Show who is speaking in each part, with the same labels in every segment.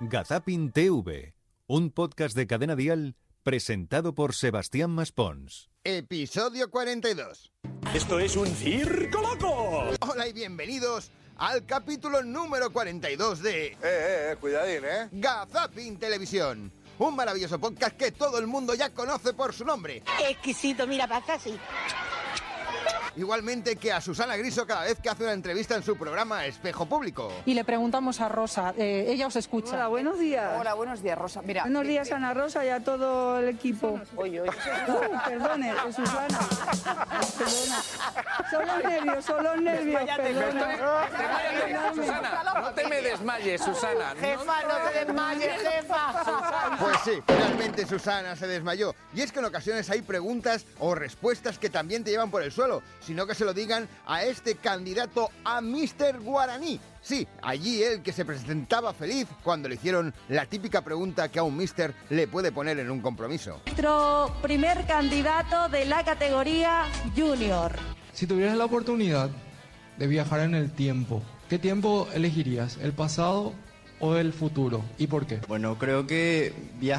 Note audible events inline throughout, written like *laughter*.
Speaker 1: Gazapin TV, un podcast de Cadena Dial presentado por Sebastián Maspons.
Speaker 2: Episodio 42.
Speaker 3: Esto es un circo loco.
Speaker 2: Hola y bienvenidos al capítulo número 42 de
Speaker 4: Eh, eh, cuidadín, ¿eh?
Speaker 2: Gazapin Televisión. Un maravilloso podcast que todo el mundo ya conoce por su nombre.
Speaker 5: Exquisito, mira, pasa así.
Speaker 2: Igualmente que a Susana Griso cada vez que hace una entrevista en su programa Espejo Público.
Speaker 6: y le preguntamos a Rosa, eh, ella os escucha.
Speaker 7: Hola, buenos días.
Speaker 8: Hola, buenos días, Rosa. Mira,
Speaker 7: Buenos días, Ana Rosa, y a todo el equipo.
Speaker 8: Oye, oye.
Speaker 7: Uh, perdone, Susana. Perdona. Son los nervios, son los nervios, perdona.
Speaker 9: Desmáyate, Susana, no te me desmayes, Susana.
Speaker 8: Jefa, no te desmayes, jefa.
Speaker 2: Pues sí, finalmente Susana se desmayó. Y es que en ocasiones hay preguntas o respuestas que también te llevan por el suelo, sino que se lo digan a este candidato a Mr. Guaraní. Sí, allí él que se presentaba feliz cuando le hicieron la típica pregunta que a un mister le puede poner en un compromiso.
Speaker 10: Nuestro primer candidato de la categoría junior.
Speaker 11: Si tuvieras la oportunidad de viajar en el tiempo, ¿qué tiempo elegirías? ¿El pasado o el futuro? ¿Y por qué?
Speaker 12: Bueno, creo que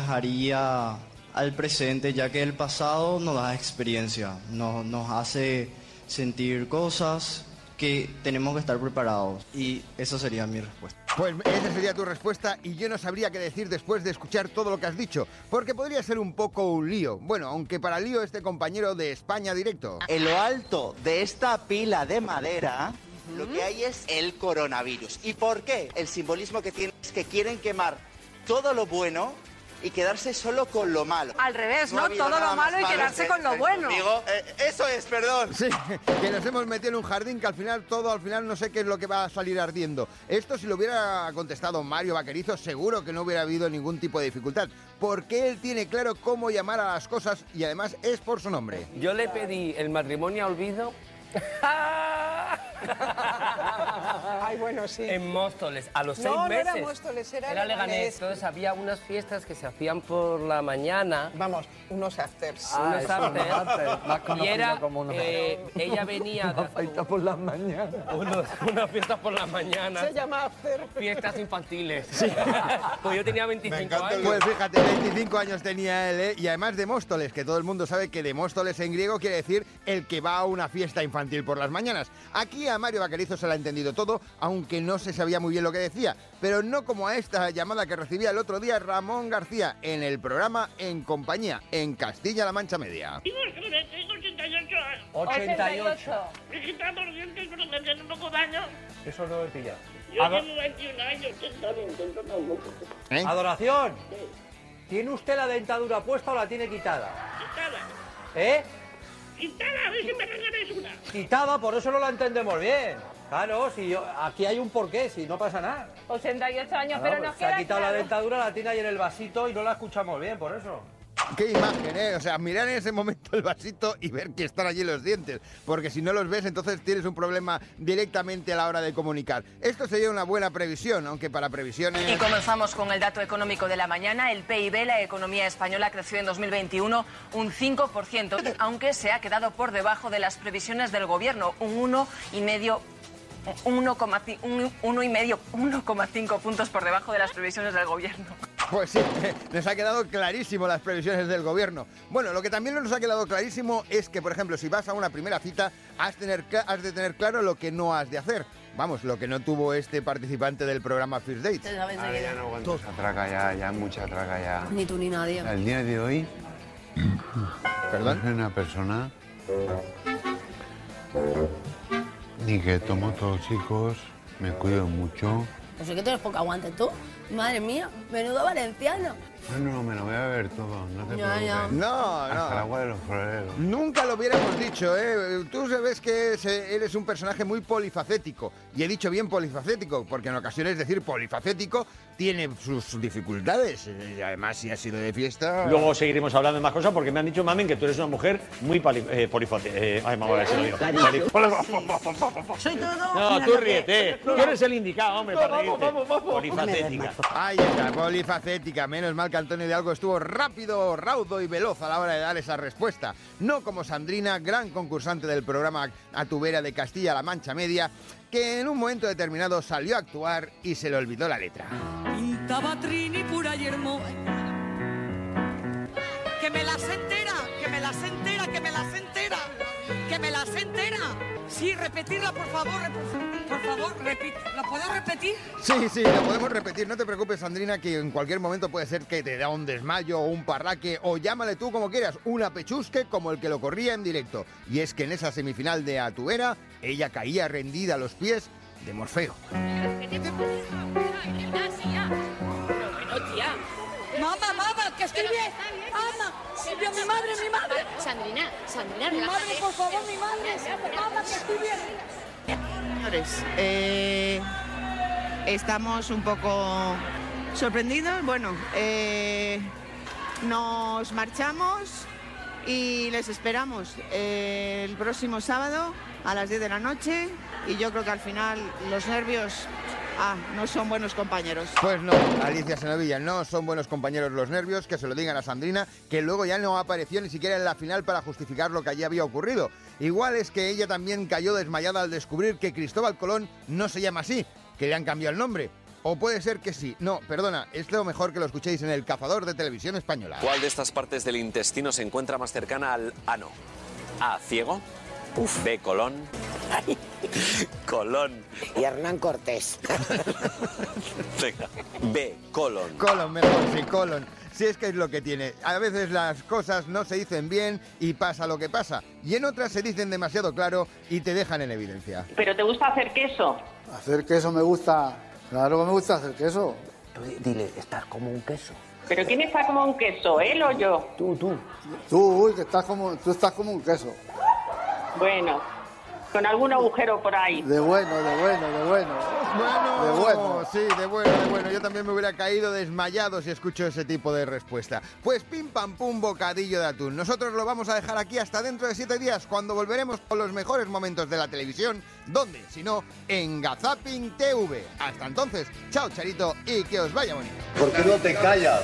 Speaker 12: viajaría al presente, ya que el pasado nos da experiencia, no- nos hace sentir cosas que tenemos que estar preparados. Y esa sería mi respuesta.
Speaker 2: Pues esa sería tu respuesta y yo no sabría qué decir después de escuchar todo lo que has dicho, porque podría ser un poco un lío. Bueno, aunque para lío este compañero de España directo.
Speaker 13: En lo alto de esta pila de madera, lo que hay es el coronavirus. ¿Y por qué? El simbolismo que tiene es que quieren quemar todo lo bueno y quedarse solo con lo malo.
Speaker 8: Al revés,
Speaker 13: ha
Speaker 8: ¿no?
Speaker 13: habido
Speaker 8: Todo
Speaker 13: nada
Speaker 8: lo
Speaker 13: más
Speaker 8: malo y quedarse
Speaker 13: que-
Speaker 8: con lo
Speaker 13: que
Speaker 8: bueno.
Speaker 13: conmigo. Eh, eso es, perdón.
Speaker 2: Sí, que nos hemos metido en un jardín que al final todo, al final no sé qué es lo que va a salir ardiendo. Esto si lo hubiera contestado Mario Vaquerizo seguro que no hubiera habido ningún tipo de dificultad, porque él tiene claro cómo llamar a las cosas y además es por su nombre.
Speaker 9: Yo le pedí el matrimonio a Olvido.
Speaker 7: Ay, bueno, sí.
Speaker 9: En Móstoles, a los
Speaker 7: No,
Speaker 9: seis
Speaker 7: no
Speaker 9: meses.
Speaker 7: era Móstoles, era
Speaker 9: Leganés.
Speaker 7: Leganés.
Speaker 9: Entonces había unas fiestas que se hacían por la mañana.
Speaker 8: Vamos, unos afters.
Speaker 9: unos afters.
Speaker 14: Ah, Más
Speaker 9: y
Speaker 14: conocido
Speaker 9: era,
Speaker 14: como una-
Speaker 9: eh, ella venía de
Speaker 14: Falta por las mañanas.
Speaker 9: unos- unas fiestas por la mañana,
Speaker 8: llama after.
Speaker 9: fiestas infantiles.
Speaker 14: *laughs*
Speaker 9: pues yo tenía 25
Speaker 4: encanta el-
Speaker 9: años.
Speaker 2: Pues fíjate, 25 años tenía él, ¿eh? y además de Móstoles, que todo el mundo sabe que de Móstoles en griego quiere decir el que va a una fiesta infantil por las mañanas. Aquí a Mario Vaquerizo se lo ha entendido todo, aunque no se sabía muy bien lo que decía, pero no como a esta llamada que recibía el otro día Ramón García en el programa En Compañía, en Castilla-La Mancha Media.
Speaker 5: Tengo 88 años.
Speaker 9: 88.
Speaker 5: Me quitan los dientes pero me hacen un poco daño.
Speaker 9: Eso no lo he pillado.
Speaker 5: Yo
Speaker 14: Haga-
Speaker 5: tengo 21 años.
Speaker 2: ¿Eh?
Speaker 14: Adoración. ¿Tiene usted la dentadura puesta o la tiene quitada?
Speaker 5: Quitada.
Speaker 14: ¿Eh?
Speaker 5: Quitada, a ver si me regalas una.
Speaker 14: Quitada, por eso no la entendemos bien. Claro, si yo- aquí hay un porqué, si no pasa nada.
Speaker 7: 88 años,
Speaker 14: Claro,
Speaker 4: pues
Speaker 14: se ha quitado la dentadura, la tiene ahí en el vasito y no la escuchamos bien, por eso.
Speaker 2: Qué imagen, ¿eh? O sea, mirar en ese momento el vasito y ver que están allí los dientes. Porque si no los ves, entonces tienes un problema directamente a la hora de comunicar. Esto sería una buena previsión, aunque para previsiones...
Speaker 7: Y comenzamos con el dato económico de la mañana. El PIB, la economía española, creció en 2021 un 5%, aunque se ha quedado por debajo de las previsiones del gobierno, un 1,5%. 1,5 un- uno y medio- 1,5 puntos por debajo de las previsiones del gobierno.
Speaker 2: Pues sí, *laughs* nos ha quedado clarísimo las previsiones del gobierno. Bueno, lo que también nos ha quedado clarísimo es que, por ejemplo, si vas a una primera cita, has, tener cla- has de tener claro lo que no has de hacer. Vamos, lo que no tuvo este participante del programa First Dates.
Speaker 4: ya no aguanto esa traca ya, ya mucha traca ya.
Speaker 10: Ni tú ni nadie.
Speaker 4: El día de hoy,
Speaker 2: ¿Perdón?
Speaker 4: soy una persona ni que tomo tóxicos, me cuido mucho.
Speaker 10: Pues es que tienes poco aguante tú. Madre mía, menudo valenciano.
Speaker 4: No, no, me lo voy a beber todo, no te
Speaker 10: Ya, ya.
Speaker 4: preocupes.
Speaker 2: No,
Speaker 4: Hasta el
Speaker 2: no.
Speaker 4: agua de los floreros.
Speaker 2: Nunca lo hubiéramos dicho, ¿eh? Tú sabes que es- eh, eres un personaje muy polifacético. Y he dicho bien polifacético, porque en ocasiones decir polifacético tiene sus dificultades. Y además, si ha sido de fiesta...
Speaker 15: Luego seguiremos hablando de más cosas porque me han dicho, mamen, que tú eres una mujer muy pali- eh, polifate- eh, ay, mamá, se lo digo. Pali-
Speaker 8: Soy todo.
Speaker 15: No, tú ríete. Tú eres el indicado, hombre, para reírte. Polifacética.
Speaker 2: Ahí está, polifacética. Menos mal que Antonio de Algo estuvo rápido, raudo y veloz a la hora de dar esa respuesta. No como Sandrina, gran concursante del programa Atubera de Castilla-La Mancha Media, que en un momento determinado salió a actuar y se le olvidó la letra.
Speaker 3: Y
Speaker 7: Estaba Trini pura y hermosa. Que me las entera, que me las entera, que me las entera, que me las entera. Sí, repetirla, por favor, rep- por favor, repite. ¿La puedo repetir?
Speaker 2: Sí, sí, lo podemos repetir. No te preocupes, Sandrina, que en cualquier momento puede ser que te da un desmayo o un parraque o llámale tú como quieras, una pechusque como el que lo corría en directo. Y es que en esa semifinal de Atubera, ella caía rendida a los pies de Morfeo.
Speaker 10: Bueno, tía.
Speaker 7: Mamá, mamá, que estoy
Speaker 10: Pero
Speaker 7: bien.
Speaker 10: está bien,
Speaker 7: Mamá,
Speaker 10: sí,
Speaker 7: yo,
Speaker 10: sí,
Speaker 7: mi madre,
Speaker 10: sí,
Speaker 7: mi madre.
Speaker 10: sí. Sandrina, Sandrina,
Speaker 7: Mi madre,
Speaker 10: relájate.
Speaker 7: por favor, mi madre.
Speaker 10: Ya, ya, pero-
Speaker 7: Mamá, que estoy bien.
Speaker 16: Señores, eh, estamos un poco sorprendidos. Bueno, eh, nos marchamos y les esperamos eh, el próximo sábado a las 10 de la noche y yo creo que al final los nervios ah, no son buenos compañeros.
Speaker 2: Pues no, Alicia Senovilla, no son buenos compañeros los nervios, que se lo digan a Sandrina, que luego ya no apareció ni siquiera en la final para justificar lo que allí había ocurrido. Igual es que ella también cayó desmayada al descubrir que Cristóbal Colón no se llama así, que le han cambiado el nombre. O puede ser que sí. No, perdona, es lo mejor que lo escuchéis en El Cazador de Televisión Española.
Speaker 15: ¿Cuál de estas partes del intestino se encuentra más cercana al ano? A. Ciego. B. Colón. Colón. Y Hernán *laughs* Cortés. B. Colón.
Speaker 2: Colon, mejor, sí, colon. Si es que es lo que tiene. A veces las cosas no se dicen bien y pasa lo que pasa. Y en otras se dicen demasiado claro y te dejan en evidencia.
Speaker 8: ¿Pero te gusta hacer queso?
Speaker 17: Hacer queso me gusta. Claro que me gusta hacer queso.
Speaker 8: Dile, estás como un queso. ¿Pero quién está como un queso, él o yo? Tú, tú.
Speaker 17: Tú, uy, que estás como, tú estás como un queso.
Speaker 8: Bueno, con algún agujero por ahí.
Speaker 17: De bueno, de bueno, de bueno.
Speaker 2: Bueno,
Speaker 17: De bueno.
Speaker 2: sí, de bueno, de bueno. Yo también me hubiera caído desmayado si escucho ese tipo de respuesta. Pues pim pam pum, bocadillo de atún. Nosotros lo vamos a dejar aquí hasta dentro de siete días, cuando volveremos con los mejores momentos de la televisión. ¿Dónde? Si no, en Gazapin TV. Hasta entonces, chao Charito y que os vaya bonito.
Speaker 18: ¿Por qué no te callas?